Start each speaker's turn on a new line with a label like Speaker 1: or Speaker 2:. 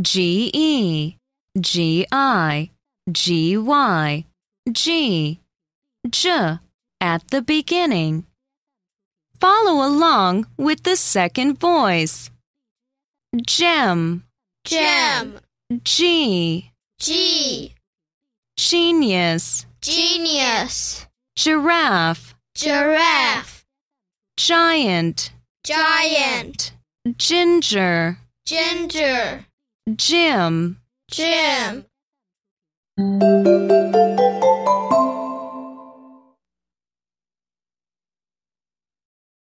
Speaker 1: G E G I G Y G J at the beginning. Follow along with the second voice. Gem,
Speaker 2: gem,
Speaker 1: G,
Speaker 2: G,
Speaker 1: genius,
Speaker 2: genius,
Speaker 1: giraffe,
Speaker 2: giraffe,
Speaker 1: giant,
Speaker 2: giant,
Speaker 1: ginger,
Speaker 2: ginger,
Speaker 1: Jim.
Speaker 2: Jim.